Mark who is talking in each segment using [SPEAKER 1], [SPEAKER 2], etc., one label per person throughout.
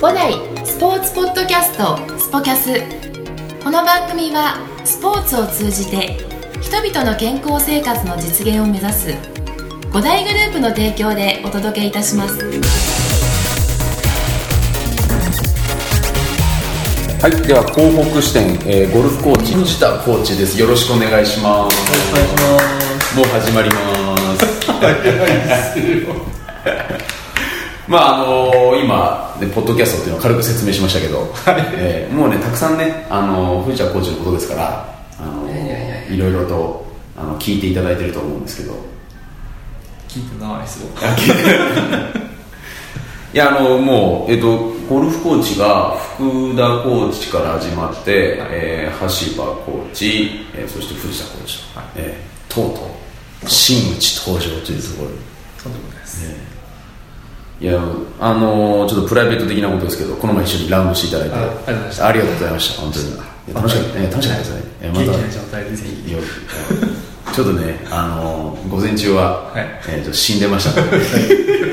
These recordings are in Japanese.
[SPEAKER 1] 五代スポーツポッドキャストスポキャスこの番組はスポーツを通じて人々の健康生活の実現を目指す五大グループの提供でお届けいたします
[SPEAKER 2] はい、では広北支店、えーゴルフコーチ西田コーチです。よろしくお願いします。
[SPEAKER 3] お願いします
[SPEAKER 2] もう始まります。まああのー今ねポッドキャストっていうのを軽く説明しましたけど、えーもうねたくさんねあのー、フーチャーコーチのことですから、あのーいろいろとあの聞いていただいてると思うんですけど、
[SPEAKER 3] 聞いてないですよ
[SPEAKER 2] いやあのもう、えっと、ゴルフコーチが福田コーチから始まって、えー橋場コーチ、えーそして藤田コーチと、えーとうとう真打ち登場というところで
[SPEAKER 3] とんでもないです、
[SPEAKER 2] いやあのーちょっとプライベート的なことですけどこの前一緒にラウンドしていただいて
[SPEAKER 3] あありがとうござ
[SPEAKER 2] ありがとうござい
[SPEAKER 3] いました
[SPEAKER 2] ました本当にいや楽しかった、ね、楽しかったですね、えー
[SPEAKER 3] 元気
[SPEAKER 2] ま
[SPEAKER 3] な状態でぜひ
[SPEAKER 2] たよちょっとね、あのー午前中は、
[SPEAKER 3] はい
[SPEAKER 2] えーちょっと死んでましたので、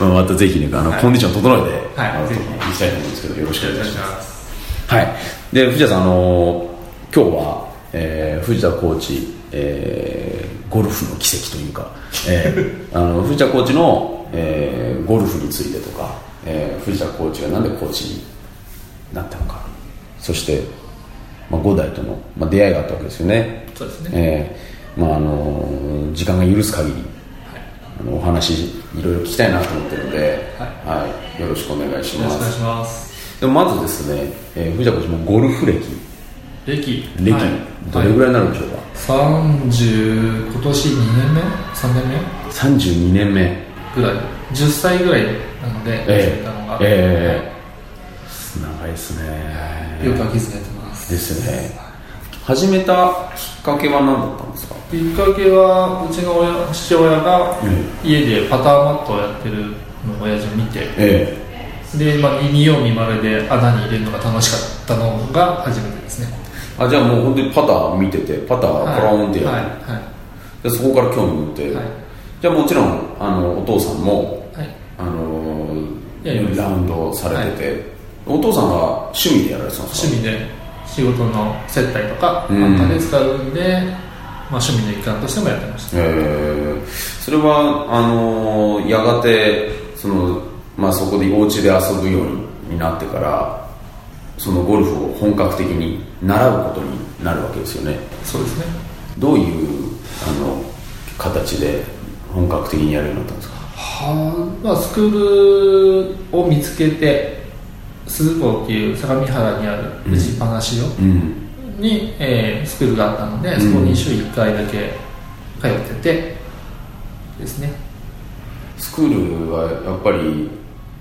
[SPEAKER 2] まあ、またぜひねあの、コンディション整えて、
[SPEAKER 3] はい
[SPEAKER 2] あの
[SPEAKER 3] ぜひ
[SPEAKER 2] 行きたいと思うんですけどよろしくお
[SPEAKER 3] お
[SPEAKER 2] 願
[SPEAKER 3] 願
[SPEAKER 2] い
[SPEAKER 3] い
[SPEAKER 2] し
[SPEAKER 3] し
[SPEAKER 2] ます
[SPEAKER 3] ます
[SPEAKER 2] はい、で藤田さん、あのー今日は、えー藤田コーチ、えーゴルフの奇跡というか、え ーあの藤田コーチの、えーゴルフについてとか、えー藤田コーチがなんでコーチになったのかそして、まあ、五代との、まあ、出会いがあったわけですよね。
[SPEAKER 3] そうですね
[SPEAKER 2] えーまああのー時間が許す限りあのお話いろいろ聞きたいなと思ってるので、はい、よろしくお願いし
[SPEAKER 3] よろ
[SPEAKER 2] ま
[SPEAKER 3] し
[SPEAKER 2] す
[SPEAKER 3] くお願いします
[SPEAKER 2] でもまずですね、えー、藤田コーチもゴルフ歴
[SPEAKER 3] 歴
[SPEAKER 2] 歴、どれぐ
[SPEAKER 3] らい
[SPEAKER 2] らいになるんでしょうか、
[SPEAKER 3] 30今年2年目3年目
[SPEAKER 2] 32年目
[SPEAKER 3] ぐらい10歳ぐらいなので始めたのが、
[SPEAKER 2] えー長いですね
[SPEAKER 3] はいよく飽きずれてます
[SPEAKER 2] ですね始めたきっかけは何だったんですか
[SPEAKER 3] きっかけはうちの親父親が
[SPEAKER 2] うん
[SPEAKER 3] 家でパターマットをやってるのを親父を見て
[SPEAKER 2] え
[SPEAKER 3] で、まあ、見よう見まねで穴に入れるのが楽しかったのが初めてですね
[SPEAKER 2] えあじゃあもう本当にパター見ててパターコロンってやる、
[SPEAKER 3] はいはい
[SPEAKER 2] でそこから興味持って、
[SPEAKER 3] はい
[SPEAKER 2] じゃあもちろんあのお父さんも、
[SPEAKER 3] はい
[SPEAKER 2] あの
[SPEAKER 3] やります
[SPEAKER 2] ラウンドされてて、お父さんが趣味でやられてたんです
[SPEAKER 3] 趣
[SPEAKER 2] か
[SPEAKER 3] 味で仕事の接待とか
[SPEAKER 2] うん
[SPEAKER 3] 簡単で使うんで、まあ、趣味の一環としてもやってました
[SPEAKER 2] えーそれはあのーやがてその、まあ、そこでお家で遊ぶようになってからそのゴルフを本格的に習うことになるわけですよね
[SPEAKER 3] そうですね
[SPEAKER 2] どういうあの形で本格的にやるようになったんですか
[SPEAKER 3] はあまあスクールを見つけて鈴港っていう相模原にある打ちっぱなし用
[SPEAKER 2] うん
[SPEAKER 3] に、えースクールがあったのでそこに週1回だけ通っててですね
[SPEAKER 2] スクールはやっぱり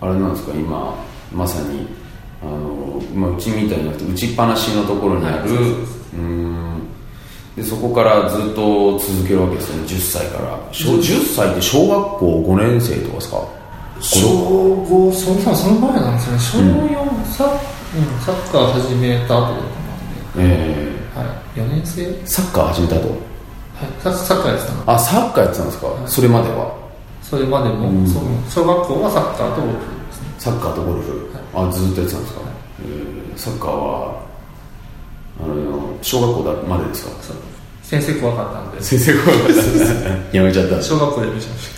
[SPEAKER 2] あれなんですか今まさにあの、まあ、うちみたいじゃなくて打ちっぱなしのところにある、
[SPEAKER 3] はい
[SPEAKER 2] うんでそこからずっと続けるわけですよね10歳から小10歳って小学校5年生とかですか
[SPEAKER 3] 小5そのその前なんですよね小4、サうん、サッカー始めた後だと思
[SPEAKER 2] え
[SPEAKER 3] うんで、はい、4年生、はい
[SPEAKER 2] ー、サッカー始めたと
[SPEAKER 3] サッ、サッカーやってたの
[SPEAKER 2] あサッカーやってたんですか、それまでは
[SPEAKER 3] それまでも、
[SPEAKER 2] うん
[SPEAKER 3] そう小学校はサッカーとゴルフですね
[SPEAKER 2] サッカーとゴルフ、あずっとやってたんですか、えーサッカーはあの小学校だまでですか
[SPEAKER 3] そう先生怖かったん で
[SPEAKER 2] 先生怖かったやめちゃった
[SPEAKER 3] 小学校で見せまし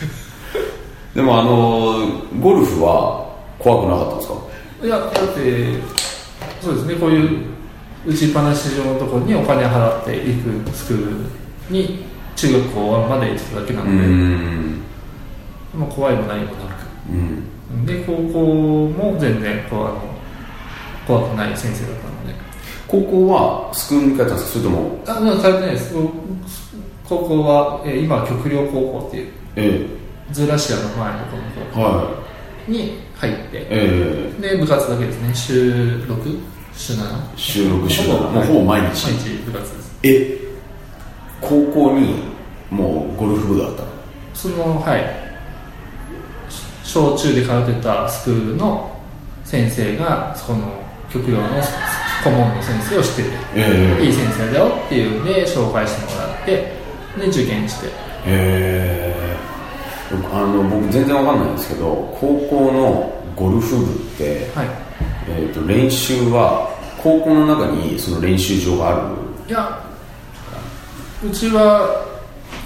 [SPEAKER 2] でもあのゴルフは怖くなかったんですか
[SPEAKER 3] たいやだってそうですねこういう打ちっぱなし場のところにお金払って行くスクールに中学校まで行ってただけな
[SPEAKER 2] う
[SPEAKER 3] ので、
[SPEAKER 2] ん
[SPEAKER 3] まあ、怖いも何もなく
[SPEAKER 2] うん
[SPEAKER 3] で高校も全然こうあの怖くない先生だったので
[SPEAKER 2] 高校はスクールに通ったんですかそれとも
[SPEAKER 3] あでもされてないですこ高校は、えー今は極量高校っていう
[SPEAKER 2] え
[SPEAKER 3] ズーラシアの前のところ
[SPEAKER 2] えは
[SPEAKER 3] に入って
[SPEAKER 2] いええ
[SPEAKER 3] で部活だけですね週6週 7?
[SPEAKER 2] 収録週間もうほぼ毎日
[SPEAKER 3] 毎日部活です
[SPEAKER 2] え高校にもうゴルフ部があったの
[SPEAKER 3] そのはい小中で通ってたスクールの先生がそこの極量の顧問の先生を知ってて
[SPEAKER 2] え
[SPEAKER 3] いい先生だよっていうんで紹介してもらってで受験して
[SPEAKER 2] ええあの僕全然わかんないんですけど高校のゴルフ部って、
[SPEAKER 3] はい
[SPEAKER 2] えー、と練習は高校の中にその練習場がある
[SPEAKER 3] いやうちは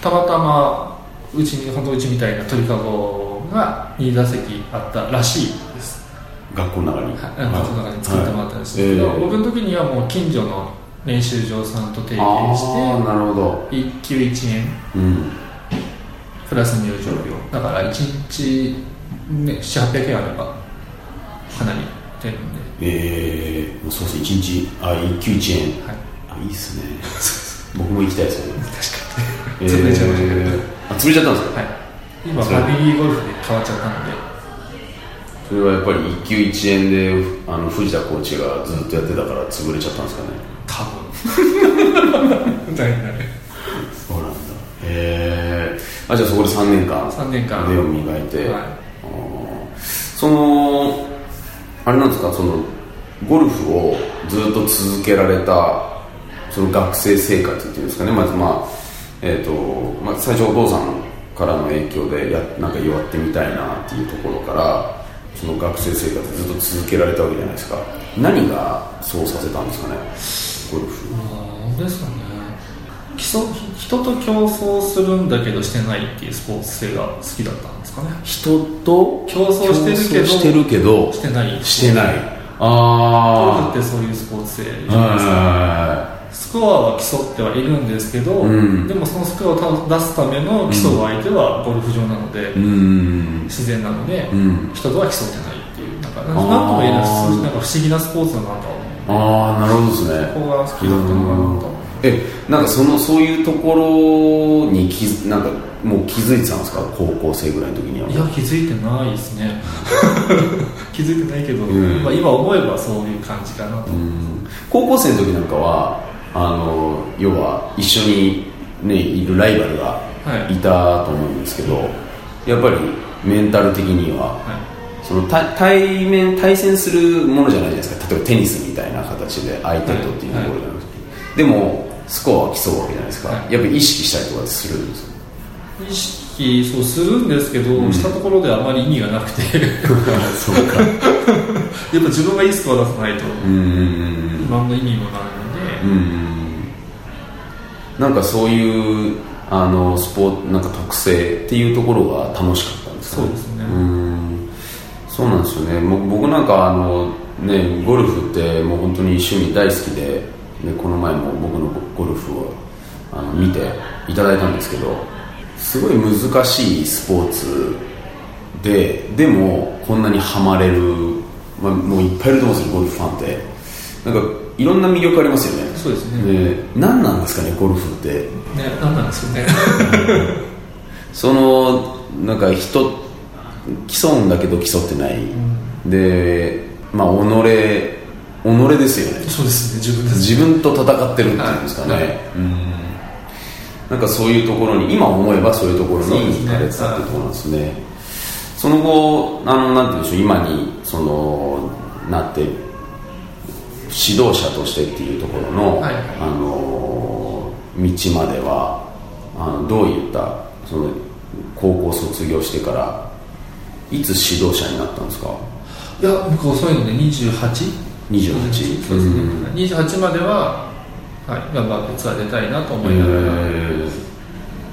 [SPEAKER 3] たまたまうちに本当うちみたいな鳥かごが2打席あったらしいです
[SPEAKER 2] 学校の中に、
[SPEAKER 3] はい学校の中に作ってもらったんですけど、
[SPEAKER 2] はいえー
[SPEAKER 3] 僕の時にはもう近所の練習場さんと提
[SPEAKER 2] あ
[SPEAKER 3] 携
[SPEAKER 2] あ
[SPEAKER 3] し
[SPEAKER 2] なるほど、
[SPEAKER 3] て1級1円
[SPEAKER 2] うん、
[SPEAKER 3] プラス入場料だから1日、ね、700800円あればかなり出るんで、
[SPEAKER 2] ええー、そうですね1日あ一級一円
[SPEAKER 3] はい、
[SPEAKER 2] あいいっすね 僕も行きたいですね確かに、えー、
[SPEAKER 3] 潰れちゃいました
[SPEAKER 2] あ潰れちゃったんですか
[SPEAKER 3] はい、今ファミリーゴルフで変わっちゃったので
[SPEAKER 2] それはやっぱり一級一円であの藤田コーチがずっとやってたから潰れちゃったんですかね
[SPEAKER 3] 多分だいたい
[SPEAKER 2] そうなんだええー、あじゃあそこで3年間
[SPEAKER 3] 3年間
[SPEAKER 2] 腕を磨いて、
[SPEAKER 3] はい
[SPEAKER 2] あーそのあれなんですかそのゴルフをずっと続けられたその学生生活っていうんですかねまずまあえっ、と、まあ、最初お父さんからの影響でやなんか弱ってみたいなっていうところからその学生生活ずっと続けられたわけじゃないですか何がそうさせたんですかねゴルフ
[SPEAKER 3] あーですかね基礎人と競争するんだけどしてないっていうスポーツ性が好きだったんですかね
[SPEAKER 2] 人と
[SPEAKER 3] 競争してる
[SPEAKER 2] 競
[SPEAKER 3] けど
[SPEAKER 2] 争してるけど
[SPEAKER 3] してない
[SPEAKER 2] してない
[SPEAKER 3] ゴルフ
[SPEAKER 2] あ
[SPEAKER 3] ってそういうスポーツ性
[SPEAKER 2] あ
[SPEAKER 3] じゃないですか
[SPEAKER 2] はい
[SPEAKER 3] スコアは競ってはいるんですけど、
[SPEAKER 2] うん
[SPEAKER 3] でもそのスコアを出すための競う相手はゴルフ場なので、
[SPEAKER 2] うん
[SPEAKER 3] 自然なので、
[SPEAKER 2] うん
[SPEAKER 3] 人とは競ってないっていうなんかなん
[SPEAKER 2] ー
[SPEAKER 3] とも言えない普通なんか不思議なスポーツだなとは思う
[SPEAKER 2] ああなるほどですね
[SPEAKER 3] ここが好きだったのかなと
[SPEAKER 2] えなんかそのそういうところに気づなんかもう気づいてたんですか高校生ぐらいの時にはい
[SPEAKER 3] や気づいてないです ね気づいてないけど、
[SPEAKER 2] ん
[SPEAKER 3] まあ、今思えばそういう感じかなと、
[SPEAKER 2] うん高校生の時なんかはあの要は一緒にねいるライバルが
[SPEAKER 3] はい
[SPEAKER 2] いたと思うんですけど、やっぱりメンタル的には、
[SPEAKER 3] は
[SPEAKER 2] その対対面対戦するものじゃないじゃないですか例えばテニスみたいな形で相手とっていうところじゃないですか、でもスコアは競うわけじゃないですか、
[SPEAKER 3] はい
[SPEAKER 2] やっぱり意識したりとかするんですよ
[SPEAKER 3] い、意識そうするんですけど、
[SPEAKER 2] うん
[SPEAKER 3] したところであまり意味がなくて
[SPEAKER 2] そうか
[SPEAKER 3] やっぱ自分がいいスコア出さないと
[SPEAKER 2] うんうん
[SPEAKER 3] 何の意味もないので、
[SPEAKER 2] うんうんなんかそういうあのスポーなんか特性っていうところが楽しかったんですか
[SPEAKER 3] そうですね
[SPEAKER 2] うんそうなんですよねもう僕なんかあのねゴルフってもう本当に趣味大好きででこの前も僕のゴルフをあの見ていただいたんですけどすごい難しいスポーツででもこんなにハマれる、まあ、もういっぱいいると思うんですよゴルフファンってなんかいろんな魅力ありますよね
[SPEAKER 3] そうですね
[SPEAKER 2] で何なんですかねゴルフって
[SPEAKER 3] ね何なんですよ ね
[SPEAKER 2] そのなんか人競うんだけど競ってない、でまあ己己ですよね
[SPEAKER 3] そうですね自分たち
[SPEAKER 2] 自分と戦ってるっていうんですかね、
[SPEAKER 3] はい
[SPEAKER 2] うんなんかそういうところに今思えばそういうところ
[SPEAKER 3] そうです
[SPEAKER 2] に
[SPEAKER 3] ね
[SPEAKER 2] 行かれてたっていうところなんですねその後あのなんて言うんでしょう今にそのなって指導者としてっていうところの、
[SPEAKER 3] はい
[SPEAKER 2] あの道まではあのどういったその高校卒業してからいつ指導者になったんですか
[SPEAKER 3] いや僕遅いので 28?
[SPEAKER 2] 28
[SPEAKER 3] そうですね、
[SPEAKER 2] うん
[SPEAKER 3] 28までは、はい、頑張ってツアー出たいなと思いながら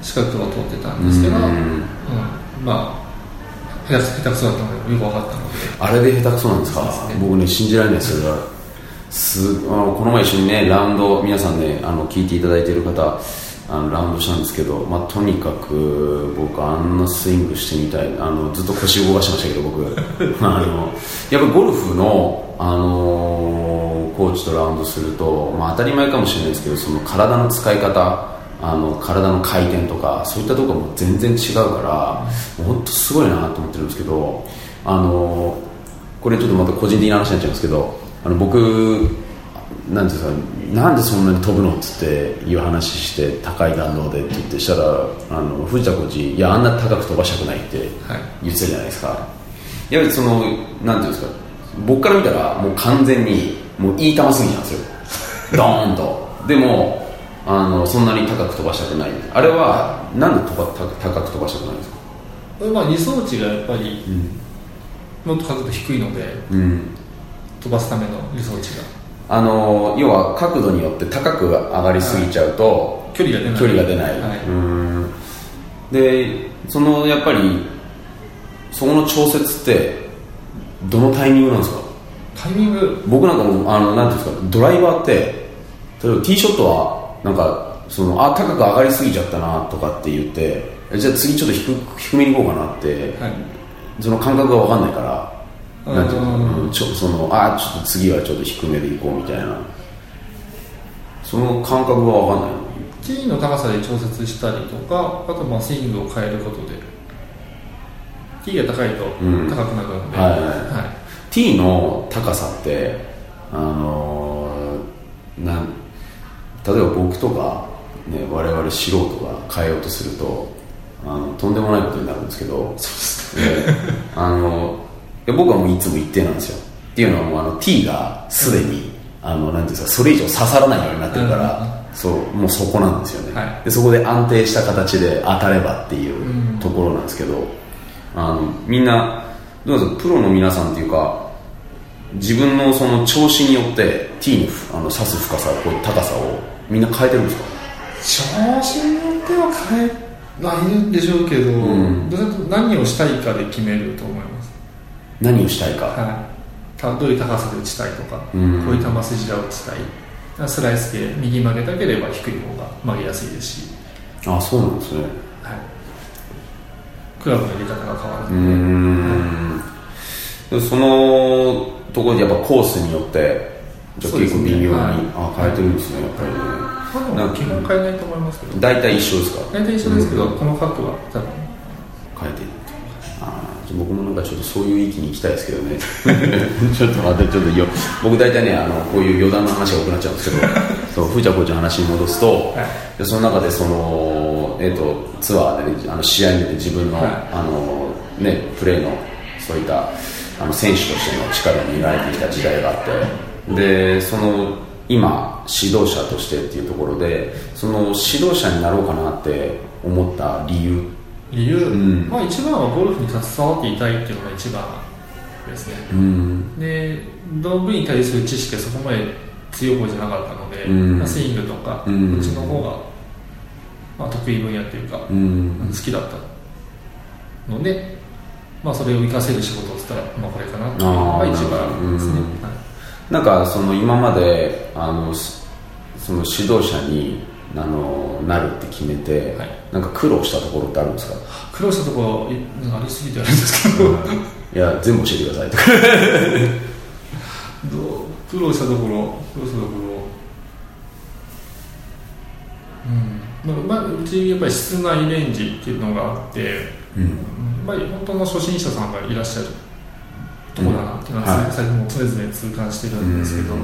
[SPEAKER 3] 資格を取ってたんですけど、
[SPEAKER 2] う
[SPEAKER 3] うんんまあ下手下手くそだったのでよく分かったので
[SPEAKER 2] あれで下手くそなんですか
[SPEAKER 3] そうですね
[SPEAKER 2] 僕ね信じられないですそれはすあのこの前一緒にねラウンド皆さんねあの聞いていただいている方あのラウンドしたんですけど、まあ、とにかく僕あんなスイングしてみたいあのずっと腰動かしてましたけど僕 あのやっぱゴルフの、あのーコーチとラウンドすると、まあ、当たり前かもしれないですけどその体の使い方あの体の回転とかそういったところも全然違うから本当すごいなと思ってるんですけどあのこれちょっとまた個人的な話になっちゃうんですけどあの僕なんていうんですかなんでそんなに飛ぶのっつっていう話して高い弾道でって言ってしたらあの藤田コーチいやあんな高く飛ばしたくないって
[SPEAKER 3] はい
[SPEAKER 2] 言ってたじゃないですか、やっぱりそのなんていうんですか僕から見たらもう完全にもういい球すぎたんですよドーンとでもあのそんなに高く飛ばしたくないあれはなんで飛ば高高く飛ばしたくないんですか
[SPEAKER 3] これまあ理想値がやっぱり、
[SPEAKER 2] ん
[SPEAKER 3] の角度低いので
[SPEAKER 2] うん
[SPEAKER 3] 飛ばすための輸送値が
[SPEAKER 2] あの要は角度によって高く上がりすぎちゃうと、
[SPEAKER 3] 距離が出ない
[SPEAKER 2] 距離が出ない、
[SPEAKER 3] はい
[SPEAKER 2] うんでそのやっぱりそこの調節ってどのタイミングなんですか
[SPEAKER 3] タイミング
[SPEAKER 2] 僕なんかもうあのなんていうんですかドライバーって例えばティーショットはなんかそのあ高く上がりすぎちゃったなとかって言ってじゃあ次ちょっと低く低めに行こうかなって
[SPEAKER 3] はい
[SPEAKER 2] その感覚が分かんないから
[SPEAKER 3] うん
[SPEAKER 2] なんていうのうんちょそのあちょっと次はちょっと低めで行こうみたいなその感覚が分かんない
[SPEAKER 3] ティーの高さで調節したりとかあとまあスイングを変えることでティーが高いと
[SPEAKER 2] うん
[SPEAKER 3] 高くなるので、
[SPEAKER 2] はい
[SPEAKER 3] は
[SPEAKER 2] T の高さってあのーなん例えば僕とか、ね、我々素人が変えようとするとあのとんでもないことになるんですけどええあのいや僕はもういつも一定なんですよっていうのはもうあの T がすでに、あのなんていうんですかそれ以上刺さらないようになってるから、そうもうそこなんですよね、
[SPEAKER 3] はい
[SPEAKER 2] でそこで安定した形で当たればっていうところなんですけど、あのみんなどうなんですかプロの皆さんっていうか自分のその調子によって T のあの刺す深さこう高さをみんな変えてるんですか
[SPEAKER 3] 調子によっては変えないんでしょうけど、
[SPEAKER 2] ん
[SPEAKER 3] どうせ何をしたいかで決めると思います
[SPEAKER 2] 何をしたいか、
[SPEAKER 3] はいた、どういう高さで打ちたいとか、
[SPEAKER 2] うん
[SPEAKER 3] こういう球筋が打ちたいスライスで右曲げたければ低い方が曲げやすいですし、
[SPEAKER 2] あそうなんですね
[SPEAKER 3] はい、クラブの入れ方が変わ
[SPEAKER 2] う
[SPEAKER 3] る、
[SPEAKER 2] ーんそのところでやっぱコースによってじゃあ
[SPEAKER 3] そうで
[SPEAKER 2] 結
[SPEAKER 3] す
[SPEAKER 2] 構
[SPEAKER 3] ね
[SPEAKER 2] 微妙に、
[SPEAKER 3] はい
[SPEAKER 2] あ変えてるんですねやっぱりね
[SPEAKER 3] まあでも基本変えないと思いますけど
[SPEAKER 2] 大体一緒ですか
[SPEAKER 3] 大体一緒ですけど、この角は多分
[SPEAKER 2] 変えてるあーじゃあ僕もなんかちょっとそういう域に行きたいですけどね ちょっと待ってちょっとよ僕大体ねあのこういう余談の話が多くなっちゃうんです けどそうふーちゃんこーちゃんの話に戻すと、
[SPEAKER 3] はい
[SPEAKER 2] でその中でその、えー、とツアーで、ね、あの試合に出て自分の,、
[SPEAKER 3] はい
[SPEAKER 2] あのね、プレーのそういったあの選手としての力を磨いてきた時代があってでその今指導者としてっていうところでその指導者になろうかなって思った理由
[SPEAKER 3] 理由、
[SPEAKER 2] ん
[SPEAKER 3] まあ一番はゴルフに携わっていたいっていうのが一番ですね
[SPEAKER 2] うん
[SPEAKER 3] で道具に対する知識はそこまで強い方じゃなかったので、
[SPEAKER 2] うん
[SPEAKER 3] まあスイングとか、
[SPEAKER 2] うん
[SPEAKER 3] こっちの方が、まあ、得意分野というか、
[SPEAKER 2] うん
[SPEAKER 3] 好きだったので、まあ、それを活かせる仕事をしたら、まあ、これかなっていうのが一番ですね、
[SPEAKER 2] あー
[SPEAKER 3] はい
[SPEAKER 2] なんかその今まであのすその指導者にあのなるって決めて、
[SPEAKER 3] はい
[SPEAKER 2] なんか苦労したところってあるんですか
[SPEAKER 3] 苦労したところいなんかありすぎてあれですけど、
[SPEAKER 2] いや全部教えてくださいとか
[SPEAKER 3] どう苦労したところ苦労したところうんまあ、まあ、うちやっぱり室内レンジっていうのがあって、うんまあ、本当の初心者さんがいらっしゃるところだなっていうのは、
[SPEAKER 2] うんはい
[SPEAKER 3] 最近も常々痛感してるんですけど、
[SPEAKER 2] うん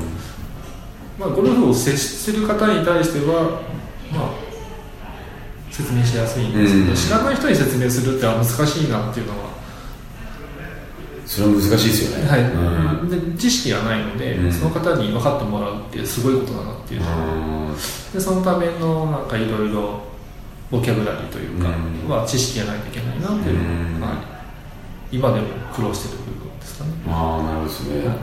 [SPEAKER 3] まあ、ゴルフを接する方に対しては、まあ、説明しやすいんですけど、
[SPEAKER 2] うん
[SPEAKER 3] 知らない人に説明するっては難しいなっていうのは、
[SPEAKER 2] それは難しいですよね
[SPEAKER 3] はい
[SPEAKER 2] うん
[SPEAKER 3] で知識がないので、
[SPEAKER 2] うん
[SPEAKER 3] その方に分かってもらうってすごいことだなっていうのは、でそのためのなんかいろいろボキャブラリーというか
[SPEAKER 2] うん
[SPEAKER 3] は知識がないといけないなっていう
[SPEAKER 2] うん
[SPEAKER 3] のは、はい、今でも苦労してる部分ですかね
[SPEAKER 2] ああなるほどですね、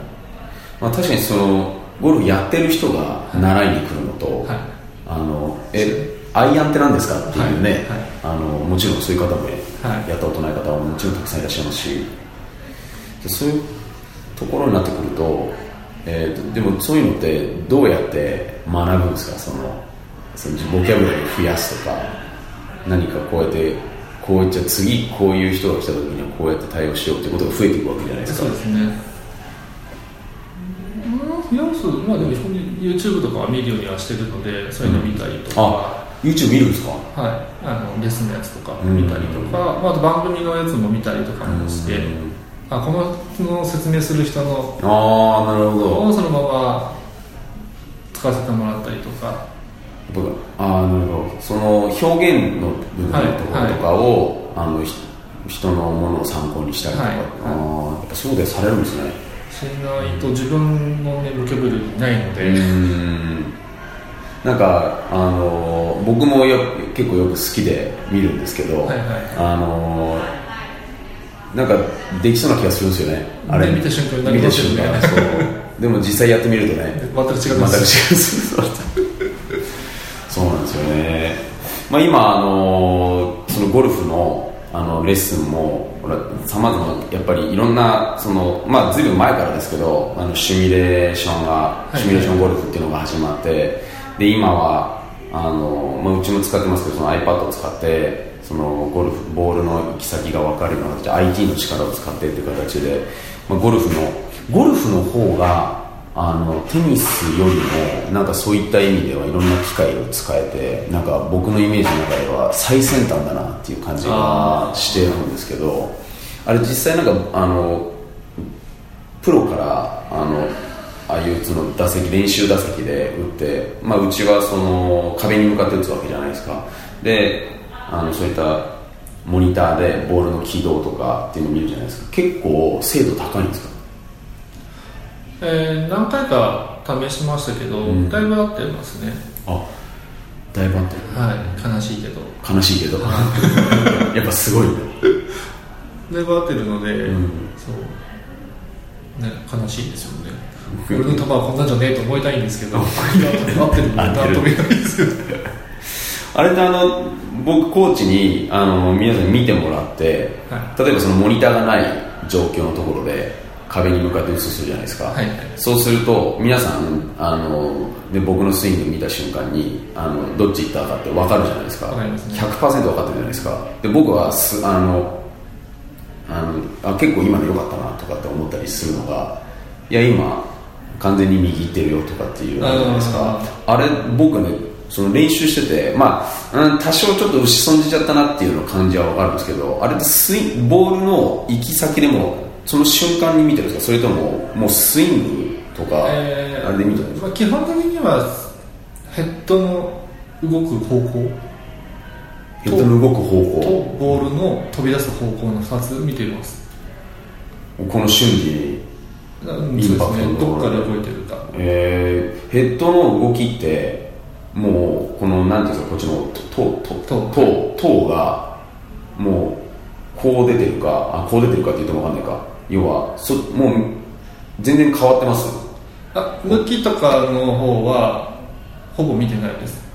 [SPEAKER 2] まあ、確かにそのゴルフやってる人が習いに来るのと、
[SPEAKER 3] はい
[SPEAKER 2] あのえアイアンって何ですかっていうね、
[SPEAKER 3] はいはい
[SPEAKER 2] あのもちろんそういう方も
[SPEAKER 3] はい
[SPEAKER 2] やったことない方はもちろんたくさんいらっしゃいますし、でそういうところになってくると、えーとでもそういうのってどうやって学ぶんですかそのそのボキャブラリーを増やすとか何かこうやってこうじゃあ次こういう人が来た時にはこうやって対応しようってことが増えていくわけじゃないです
[SPEAKER 3] そう
[SPEAKER 2] か
[SPEAKER 3] ですねうん増やすまあでも基本的に YouTube とかは見るようにはしてるのでそういうの見たりとか、
[SPEAKER 2] あ YouTube 見るんですか
[SPEAKER 3] はい、あのゲスのやつとか
[SPEAKER 2] うん
[SPEAKER 3] 見たりとか、まあ、あと番組のやつも見たりとかもして、
[SPEAKER 2] うん
[SPEAKER 3] あこの人の説明する人の
[SPEAKER 2] ああなるほど
[SPEAKER 3] をそのまま使わせてもらったりとか
[SPEAKER 2] 僕あーなるほどその表現の部分のところとかを、あのひ人のものを参考にしたりとか、
[SPEAKER 3] はいはい
[SPEAKER 2] あーやっぱそうでされるんですね
[SPEAKER 3] しないと自分のねボキャブラリーないので、
[SPEAKER 2] うんなんかあの僕もよ結構よく好きで見るんですけど、
[SPEAKER 3] はいはい
[SPEAKER 2] あのなんかできそうな気がするんですよねあれ
[SPEAKER 3] ね見た瞬間になり
[SPEAKER 2] 見た
[SPEAKER 3] ますよ
[SPEAKER 2] 瞬
[SPEAKER 3] ね
[SPEAKER 2] 間そうでも実際やってみるとね
[SPEAKER 3] 全く違いま
[SPEAKER 2] 全く違う
[SPEAKER 3] す
[SPEAKER 2] そう そうなんですよね、まあ、今あのそのゴルフのあのレッスンもさまざまやっぱりいろんなその、まあ、ずいぶん前からですけどあのシミュレーションが
[SPEAKER 3] い
[SPEAKER 2] シミュレーションゴルフっていうのが始まって、で今はあの、まあ、うちも使ってますけどその iPad を使ってそのゴルフボールの行き先が分かるような形で IT の力を使ってっていう形で、まあ、ゴルフのゴルフの方があのテニスよりもなんかそういった意味ではいろんな機械を使えてなんか僕のイメージの中では最先端だなっていう感じがしてるんですけどあれ実際なんかあのプロからあのああいうその打席練習打席で打って、まあ、うちはその壁に向かって打つわけじゃないですかであのそういったモニターでボールの軌道とかっていうのを見るじゃないですか結構精度高いんですか
[SPEAKER 3] えー何回か試しましたけど、
[SPEAKER 2] ん
[SPEAKER 3] だいぶ合ってますね
[SPEAKER 2] あだいぶ合ってる
[SPEAKER 3] はい悲しいけど
[SPEAKER 2] 悲しい けどやっぱすごいね
[SPEAKER 3] だいぶ合ってるので、
[SPEAKER 2] ん
[SPEAKER 3] そうね悲しいですよね俺の球はこんなんじゃねえと思いたいんですけど合ってるの
[SPEAKER 2] 合
[SPEAKER 3] な
[SPEAKER 2] ってる
[SPEAKER 3] と思いないですけど
[SPEAKER 2] あれってあの僕コーチにあの皆さんに見てもらって、
[SPEAKER 3] は
[SPEAKER 2] 例えばそのモニターがない状況のところで壁に向かって打つとするじゃないですか、
[SPEAKER 3] はい
[SPEAKER 2] そうすると皆さんあので僕のスイング見た瞬間にあのどっち行ったかって分かるじゃないですか
[SPEAKER 3] わかりますね
[SPEAKER 2] 100%分かってるじゃないですかで僕はすあのあのあ結構今の良かったなとかって思ったりするのがいや今完全に右行ってるよとかっていうのあるじゃないですかあれ僕ねその練習してて、まあ、うん多少ちょっと打ち損じちゃったなっていうの感じは分かるんですけどあれってスインボールの行き先でもその瞬間に見てるんですかそれとももうスイングとか、
[SPEAKER 3] えー
[SPEAKER 2] あれで見てるんですか
[SPEAKER 3] まあ、基本的にはヘッドの動く方向
[SPEAKER 2] ヘッドの動く方
[SPEAKER 3] と
[SPEAKER 2] 向
[SPEAKER 3] ボールの飛び出す方向の2つ見ています
[SPEAKER 2] この瞬時に、
[SPEAKER 3] な
[SPEAKER 2] イ
[SPEAKER 3] そ
[SPEAKER 2] ン
[SPEAKER 3] う
[SPEAKER 2] パク
[SPEAKER 3] です
[SPEAKER 2] ト
[SPEAKER 3] ね
[SPEAKER 2] の
[SPEAKER 3] どっから動いてるか
[SPEAKER 2] えーヘッドの動きってもうこのなんていうんですかこっちのとととととがもうこう出てるかあこう出てるかって言ってもわかんないか要はそもう全然変わってます
[SPEAKER 3] あ向きとかの方はほぼ見てないです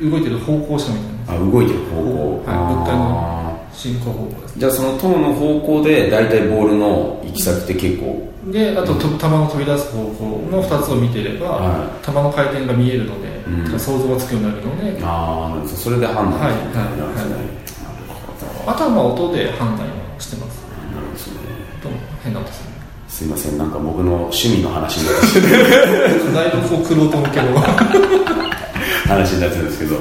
[SPEAKER 3] 動いてる方向しか見てないで
[SPEAKER 2] あ動いてる方向、
[SPEAKER 3] はい物体
[SPEAKER 2] あ
[SPEAKER 3] のす進行方向です
[SPEAKER 2] ーじゃあその塔の方向で大体ボールの行き先って結構
[SPEAKER 3] であとと球の飛び出す方向の2つを見てれば、
[SPEAKER 2] は
[SPEAKER 3] 球の回転が見えるので、
[SPEAKER 2] ん
[SPEAKER 3] てか想像がつくようになるので
[SPEAKER 2] ああそれで判断
[SPEAKER 3] はい
[SPEAKER 2] するみたいなんですね、
[SPEAKER 3] は
[SPEAKER 2] な
[SPEAKER 3] い
[SPEAKER 2] るほど
[SPEAKER 3] あとはまあ音で判断をしてます
[SPEAKER 2] なるほどですね
[SPEAKER 3] と変な音する
[SPEAKER 2] すいませんなんか僕の趣味の話になってしまって
[SPEAKER 3] だいぶこう玄人向け の
[SPEAKER 2] 話になってるんですけど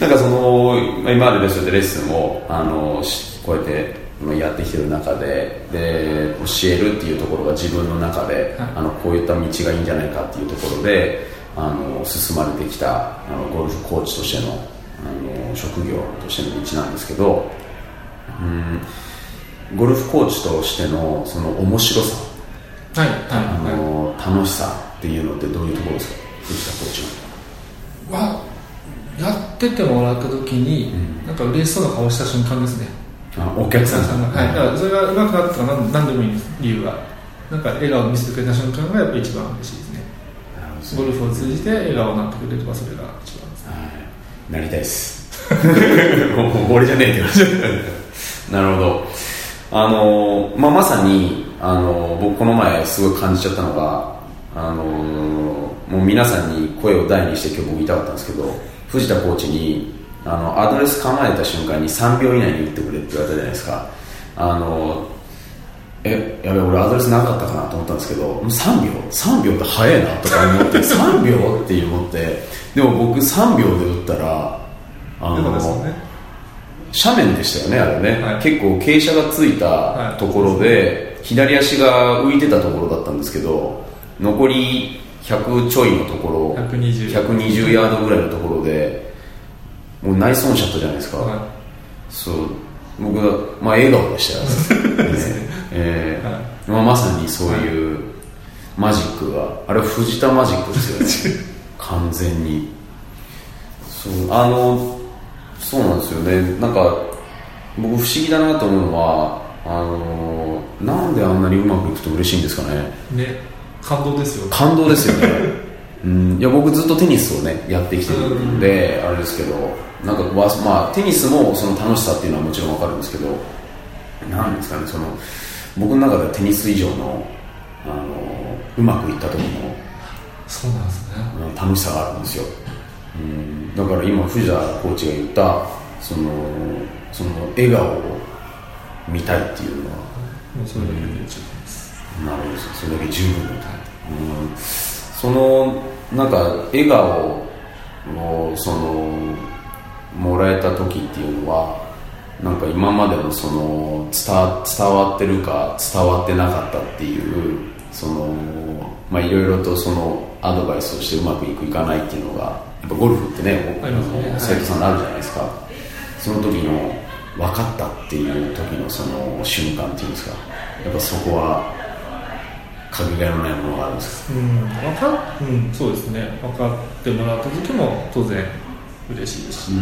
[SPEAKER 2] なんかそのまあ今までそうやってレッスンをあのしこうやってまあやってきてる中でで教えるっていうところが自分の中で、
[SPEAKER 3] はい
[SPEAKER 2] あのこういった道がいいんじゃないかっていうところであの進まれてきたあのゴルフコーチとしてのあの職業としての道なんですけどうんゴルフコーチとしてのその面白さ、
[SPEAKER 3] はい
[SPEAKER 2] あ
[SPEAKER 3] はいはい
[SPEAKER 2] の楽しさっていうのってどういうところですか藤田コーチは。
[SPEAKER 3] はやっててもらった時に、なんか嬉しそうな顔した瞬間ですね
[SPEAKER 2] あお客さん
[SPEAKER 3] はい、だからそれが上手くなったら何何でもいいんです理由はなんか笑顔を見せてくれた瞬間がやっぱ一番嬉しいですねゴルフを通じて笑顔になってくれればそれが一番ですね
[SPEAKER 2] はいなりたいですもう俺じゃねえって話 なるほどあのー、まあ、まさにあのー僕この前すごい感じちゃったのがあのーもう皆さんに声を大にして今日僕言いたかったんですけど藤田コーチにあのアドレス構えた瞬間に3秒以内に打ってくれって言われたじゃないですかあのーえやべ俺アドレスなかったかなと思ったんですけどもう3秒3秒って早いなとか思って 3秒って思ってでも僕3秒で打ったらあ
[SPEAKER 3] よかったですよね
[SPEAKER 2] 斜面でしたよねあれね、
[SPEAKER 3] はい
[SPEAKER 2] 結構傾斜がついたところで、左足が浮いてたところだったんですけど残り100ちょいのところ
[SPEAKER 3] 120
[SPEAKER 2] 120ヤードぐらいのところでもうナイスオンシャットじゃないですか、
[SPEAKER 3] は
[SPEAKER 2] そう僕は、まあ、笑顔でしたよ、ねえー
[SPEAKER 3] はい
[SPEAKER 2] まあ、まさにそういうマジックがあれ藤田マジックですよ ね完全にそうあのそうなんですよねなんか僕不思議だなと思うのはあのであんなにうまくいくと嬉しいんですかね
[SPEAKER 3] ね感動ですよ
[SPEAKER 2] 感動ですよね、うん、いや僕ずっとテニスをねやってきてるんで、あれですけどなんかわまあ、テニスもその楽しさっていうのはもちろんわかるんですけどなんですかねその僕の中ではテニス以上のあのうまくいった時の
[SPEAKER 3] そうなんですね
[SPEAKER 2] うん楽しさがあるんですよ、うん、だから今藤田コーチが言ったそのその笑顔を見たいっていうのは
[SPEAKER 3] もうそれだけで十分です
[SPEAKER 2] なるほどそれだけ十分だうん、そのなんか笑顔をそのもらえた時っていうのはなんか今までのその伝わ伝わってるか伝わってなかったっていうそのまあいろいろとそのアドバイスをしてうまくいくいかないっていうのがやっぱゴルフってね
[SPEAKER 3] ありますね
[SPEAKER 2] 生徒さんのあるじゃないですか、その時の分かったっていう時のその瞬間っていうんですかやっぱそこはかけがえのないものがあるんですか
[SPEAKER 3] うん分かっうんそうですね分かってもらった時も当然嬉しいですし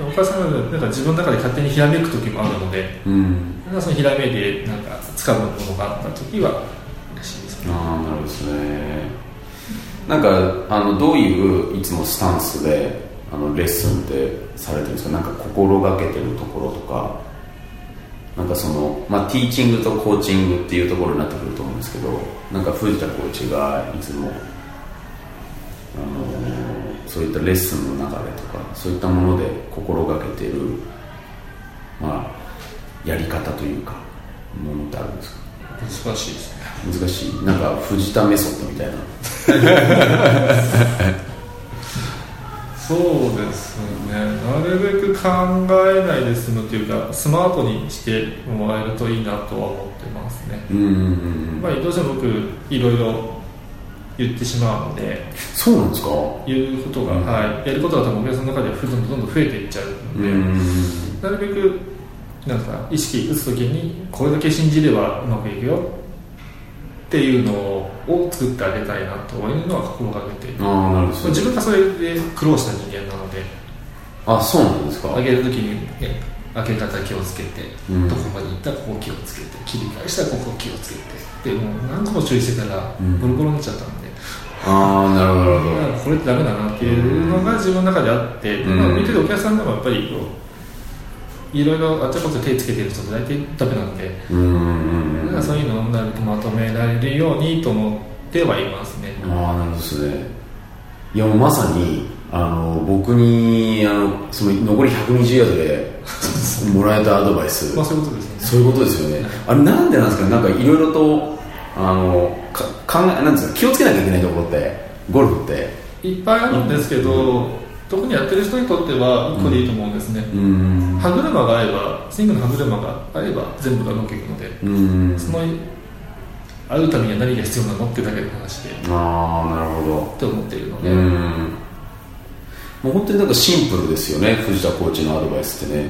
[SPEAKER 2] う
[SPEAKER 3] お母さんがなんか自分の中で勝手にひらめく時もあるので
[SPEAKER 2] ん、
[SPEAKER 3] なんかそのひらめいてなんか掴むものがあった時は嬉しいですね
[SPEAKER 2] ああなるほどですねなんかあのどういういつもスタンスであのレッスンってされてるんですかなんか心がけてるところとかなんかその、まあ、ティーチングとコーチングっていうところになってくると思うんですけどなんか藤田コーチがいつも、あのそういったレッスンの中でとかそういったもので心がけてる、まあ、やり方というかものってあるんですか
[SPEAKER 3] 難しいですね
[SPEAKER 2] 難しいなんか藤田メソッドみたいな
[SPEAKER 3] そうですねなるべく考えないで済むというかスマートにしてもらえるといいなとは思ってますね
[SPEAKER 2] うんうんうん
[SPEAKER 3] まあどうしても僕いろいろ言ってしまうので
[SPEAKER 2] そうなんですか
[SPEAKER 3] 言うことが、
[SPEAKER 2] うん
[SPEAKER 3] はい、やることが多分お客さんの中ではどんどんどんどん増えていっちゃうので、なるべくなんか意識打つ時にこれだけ信じればうまくいくよっていうのを作ってあげたいなというのは心がけていて
[SPEAKER 2] ああなるほど
[SPEAKER 3] 自分がそれで苦労した人間なので
[SPEAKER 2] あそうなんですか
[SPEAKER 3] 上げる時に、ね、上げ方気をつけて、
[SPEAKER 2] うん
[SPEAKER 3] どこまでいったらここ気をつけて切り返したらここ気をつけてでもう何個も注意してたら
[SPEAKER 2] うん
[SPEAKER 3] ボロボロになっちゃったんで、
[SPEAKER 2] ああなるほどなるほど
[SPEAKER 3] これってダメだなっていうのが自分の中であって、で
[SPEAKER 2] うん
[SPEAKER 3] まあ、見てるお客さんでもやっぱりこういろいろあっちゃこっちゃ手つけてる人って大体ダメなんで、
[SPEAKER 2] うんうんうん
[SPEAKER 3] だからそういうのをなるべくまとめられるようにと思ってはいますね、
[SPEAKER 2] ああなるほどですねいやもうまさにあの僕にあのその残り120ヤードで もらえたアドバイス
[SPEAKER 3] まあそういうことです
[SPEAKER 2] そ
[SPEAKER 3] よね
[SPEAKER 2] ういうことですよね。あれなんでなんですかね。なんかいろいろとあのか考えなんですか。気をつけなきゃいけないところってゴルフって。
[SPEAKER 3] いっぱいあるんですけど、特にやってる人にとっては1個でいいと思うんですね、
[SPEAKER 2] うん。
[SPEAKER 3] 歯車が合えばスイングの歯車が合えば全部がうまくいくので
[SPEAKER 2] うん。
[SPEAKER 3] その合うためには何が必要なのってだけの話で
[SPEAKER 2] ああなるほど。
[SPEAKER 3] と思っているので、
[SPEAKER 2] うん。もう本当になんかシンプルですよね。藤田コーチのアドバイスってね。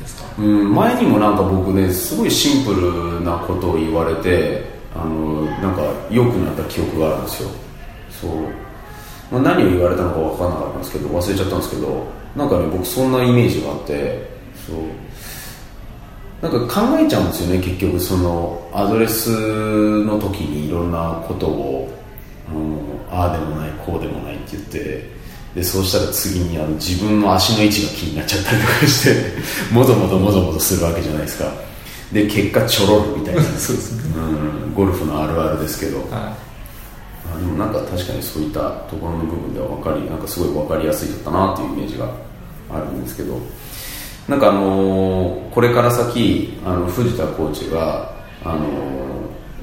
[SPEAKER 3] ですか
[SPEAKER 2] うん、前にもなんか僕ねすごいシンプルなことを言われてあのなんか良くなった記憶があるんですよそう、まあ、何を言われたのか分からなかったんですけど忘れちゃったんですけどなんかね僕そんなイメージがあってそうなんか考えちゃうんですよね結局そのアドレスの時にいろんなことを、あのああでもないこうでもないって言ってでそうしたら次にあの自分の足の位置が気になっちゃったりとかして もぞもぞもぞもぞするわけじゃないですかで結果ちょろるみたいな
[SPEAKER 3] そうですね
[SPEAKER 2] うんゴルフのあるあるですけど
[SPEAKER 3] は
[SPEAKER 2] あでもなんか確かにそういったところの部分では分かりなんかすごい分かりやすいだったなというイメージがあるんですけどなんかあのーこれから先あの藤田コーチがあのー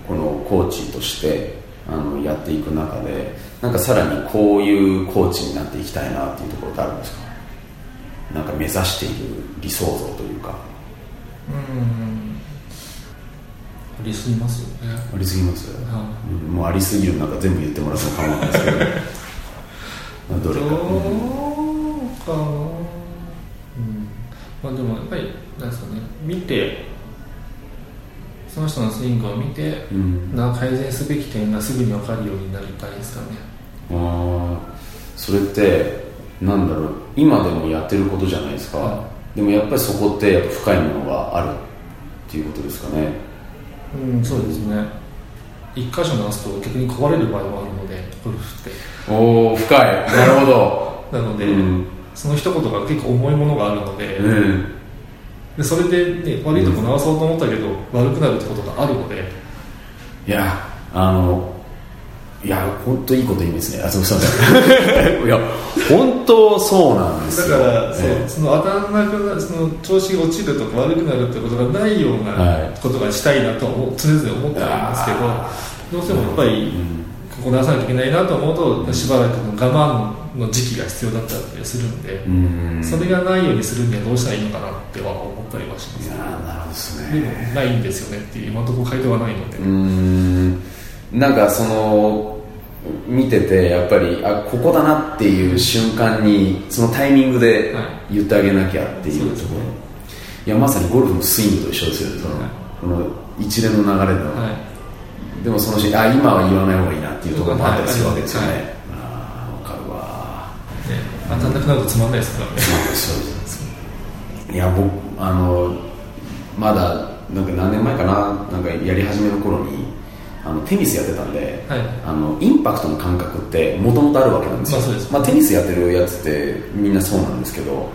[SPEAKER 2] このコーチとしてあのやっていく中でなんかさらにこういうコーチになっていきたいなっていうところってあるんですかなんか目指している理想像というか
[SPEAKER 3] いうんありすぎますよね
[SPEAKER 2] ありすぎます、
[SPEAKER 3] は
[SPEAKER 2] うんもうありすぎるなんか全部言ってもらっても構わないです けどまあ
[SPEAKER 3] い
[SPEAKER 2] どれか、う
[SPEAKER 3] ど
[SPEAKER 2] ん
[SPEAKER 3] うかなうんまあでもやっぱりなんですかね見てその人のスイングを見て
[SPEAKER 2] うん
[SPEAKER 3] な改善すべき点がすぐに分かるようになりたいですかね
[SPEAKER 2] ああそれってなんだろう今でもやってることじゃないですか、
[SPEAKER 3] は
[SPEAKER 2] でもやっぱりそこってやっぱ深いものがあるっていうことですかね
[SPEAKER 3] うん、そうですね一箇所直すと逆に壊れる場合もあるのでゴルフって
[SPEAKER 2] おお深いなるほど
[SPEAKER 3] なの
[SPEAKER 2] う
[SPEAKER 3] で、
[SPEAKER 2] ん
[SPEAKER 3] その一言が結構重いものがあるので,、
[SPEAKER 2] うん
[SPEAKER 3] でそれで、ね、悪いとこ直そうと思ったけど、悪くなるってことがあるので
[SPEAKER 2] いやあのいや本当いいこと言いますねあそうそうそう いや本当そうなんで
[SPEAKER 3] だ
[SPEAKER 2] す
[SPEAKER 3] か
[SPEAKER 2] よ
[SPEAKER 3] ら、そう
[SPEAKER 2] え
[SPEAKER 3] その当たらなくなるその調子が落ちるとか悪くなるってことがないよう
[SPEAKER 2] は
[SPEAKER 3] なことがしたいなとは思う常々思ってはいますけどどうしてもやっぱ
[SPEAKER 2] えう
[SPEAKER 3] り
[SPEAKER 2] ん
[SPEAKER 3] ここ直さなきゃいけないなと思うとしばらくの我慢の時期が必要だったりするんで、
[SPEAKER 2] うん
[SPEAKER 3] それがないようにするにはどうしたらいいのかなっては思ったりはしま
[SPEAKER 2] い
[SPEAKER 3] す
[SPEAKER 2] やーなるほどですね
[SPEAKER 3] でもないんですよねっていう今のところ回答はないので、
[SPEAKER 2] うーんなんかその見ててやっぱりあここだなっていう瞬間にそのタイミングで
[SPEAKER 3] はい
[SPEAKER 2] 言ってあげなきゃってい
[SPEAKER 3] そう
[SPEAKER 2] う
[SPEAKER 3] です
[SPEAKER 2] と
[SPEAKER 3] ね
[SPEAKER 2] ころ、いやまさにゴルフのスイングと一緒ですよねその、
[SPEAKER 3] はい
[SPEAKER 2] この一連の流れの、
[SPEAKER 3] はい
[SPEAKER 2] でもそのしあ今は言わない方がいいなっていうところもあったりするわけですよね、
[SPEAKER 3] はい
[SPEAKER 2] ああ分かるわ
[SPEAKER 3] ね、当たんなくなるとつまんないですからね
[SPEAKER 2] そうですいや僕あのまだなんか何年前かななんかやり始めの頃にあのテニスやってたんで、
[SPEAKER 3] はい
[SPEAKER 2] あのインパクトの感覚ってもともとあるわけなんですよ、
[SPEAKER 3] まあそうです
[SPEAKER 2] まあ、テニスやってるやつってみんなそうなんですけど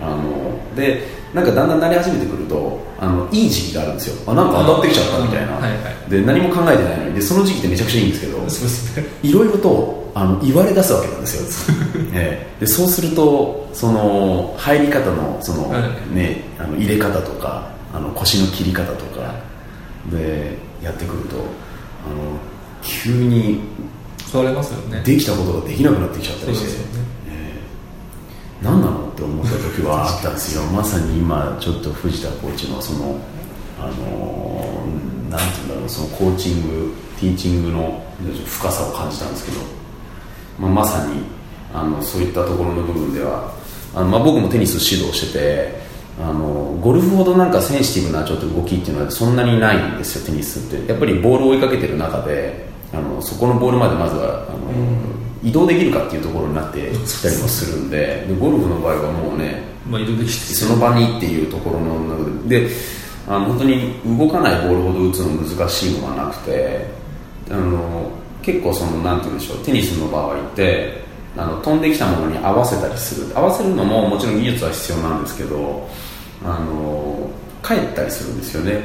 [SPEAKER 2] あのでなんかだんだん慣れ始めてくるとあのいい時期があるんですよあなんか当たってきちゃったみたいな、
[SPEAKER 3] はいはい
[SPEAKER 2] で何も考えてないのにでその時期ってめちゃくちゃいいんですけど
[SPEAKER 3] そうですね
[SPEAKER 2] いろいろとあの言われ出すわけなん ですよ、ええでそうするとその入り方のその、
[SPEAKER 3] はい
[SPEAKER 2] ね、あの入れ方とかあの腰の切り方とかでやってくるとあの急に
[SPEAKER 3] 壊れますよね
[SPEAKER 2] できたことができなくなってきちゃっ
[SPEAKER 3] そ
[SPEAKER 2] た
[SPEAKER 3] う
[SPEAKER 2] り
[SPEAKER 3] で
[SPEAKER 2] して、
[SPEAKER 3] すよね
[SPEAKER 2] ええ何なのって思った時はあったんですよまさに今ちょっと藤田コーチのそのあのーなんていうんだろうそのコーチングティーチングの深さを感じたんですけど、まあ、まさにあのそういったところの部分ではあの、まあ、僕もテニス指導しててあのゴルフほどなんかセンシティブなちょっと動きっていうのはそんなにないんですよテニスってやっぱりボールを追いかけてる中であのそこのボールまでまずはあの、移動できるかっていうところになってきたりもするんででゴルフの場合はもうね
[SPEAKER 3] まあ移動できて
[SPEAKER 2] その場にっていうところの中でであの本当に動かないボールほど打つの難しいのがなくてあの結構そのなんて言うんでしょうテニスの場合ってあの飛んできたものに合わせたりする合わせるのももちろん技術は必要なんですけどあの帰ったりするんですよね、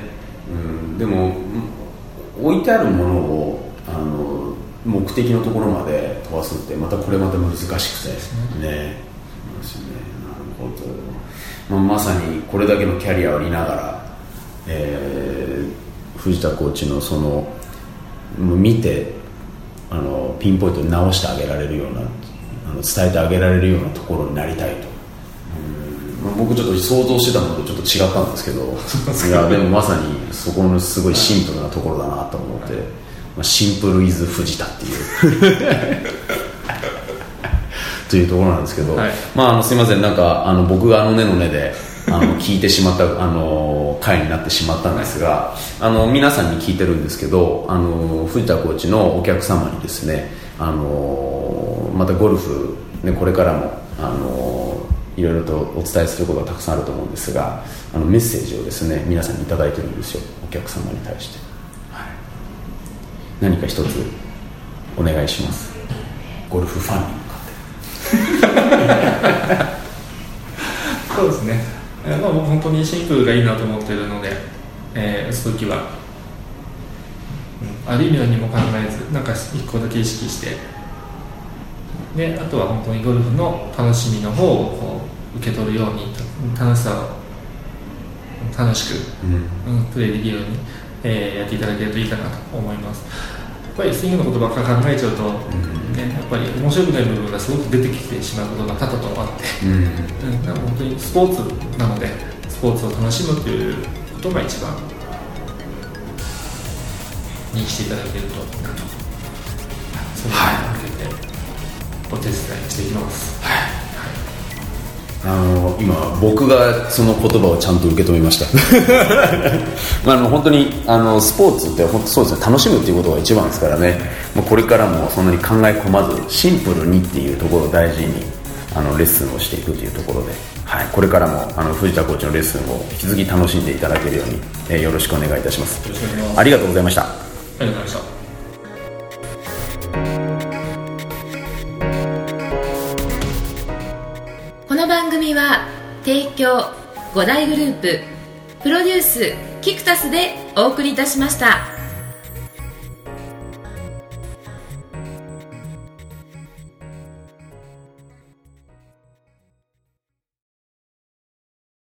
[SPEAKER 2] うん、でもうん置いてあるものをあの目的のところまで飛ばすってまたこれまた難しくてねそうですねなるほど、まあ、まさにこれだけのキャリアをありながら、えー藤田コーチのその見てあのピンポイントに直してあげられるようなあの伝えてあげられるようなところになりたいとうんまあ僕ちょっと想像してたのとちょっと違ったんですけどいやでもまさにそこのすごいシンプルなところだなと思って、まあ、シンプルイズ藤田っていうというところなんですけど、
[SPEAKER 3] はい
[SPEAKER 2] まあ、あのすいませんなんかあの僕があのねのねであの聞いてしまった あの回になってしまったんですがあの皆さんに聞いてるんですけどあの藤田コーチのお客様にですねあのまたゴルフ、ね、これからもあのいろいろとお伝えすることがたくさんあると思うんですがあのメッセージをですね皆さんに頂いただいてるんですよお客様に対して、はい、何か一つお願いしますゴルフファンに向かって
[SPEAKER 3] そうですね、えーまあ、僕本当にシンプルがいいなと思ってるので、えー、打つ時は、うん、ある意味何も考えずなんか一個だけ意識してであとは本当にゴルフの楽しみの方をこう受け取るようにた楽しさを楽しく、
[SPEAKER 2] うん
[SPEAKER 3] うん、プレイできるように、えーやっていただけるといいかなと思いますやっぱりスイングのことばっか考えちゃうと、ね、やっぱり面白くない部分がすごく出てきてしまうことが多々とあって
[SPEAKER 2] うん
[SPEAKER 3] うん、なんか本当にスポーツなのでスポーツを楽しむということが一番にしていただけるとなとそれに向けてお手伝いしていきます、
[SPEAKER 2] あの今僕がその言葉をちゃんと受け止めました あの本当にあのスポーツって本当そうですね楽しむっていうことが一番ですからねもうこれからもそんなに考え込まずシンプルにっていうところを大事にあのレッスンをしていくというところで、はいはい、これからもあの藤田コーチのレッスンを引き続き楽しんでいただけるように、えーよろしくお願いいたします
[SPEAKER 3] ろしくお願いします
[SPEAKER 2] ありがとうございました
[SPEAKER 3] ありがとうございました
[SPEAKER 1] この番組は提供五大グループプロデュースキクタスでお送りいたしました。